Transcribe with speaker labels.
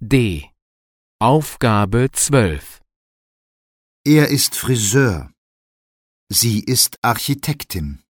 Speaker 1: D. Aufgabe 12.
Speaker 2: Er ist Friseur. Sie ist Architektin.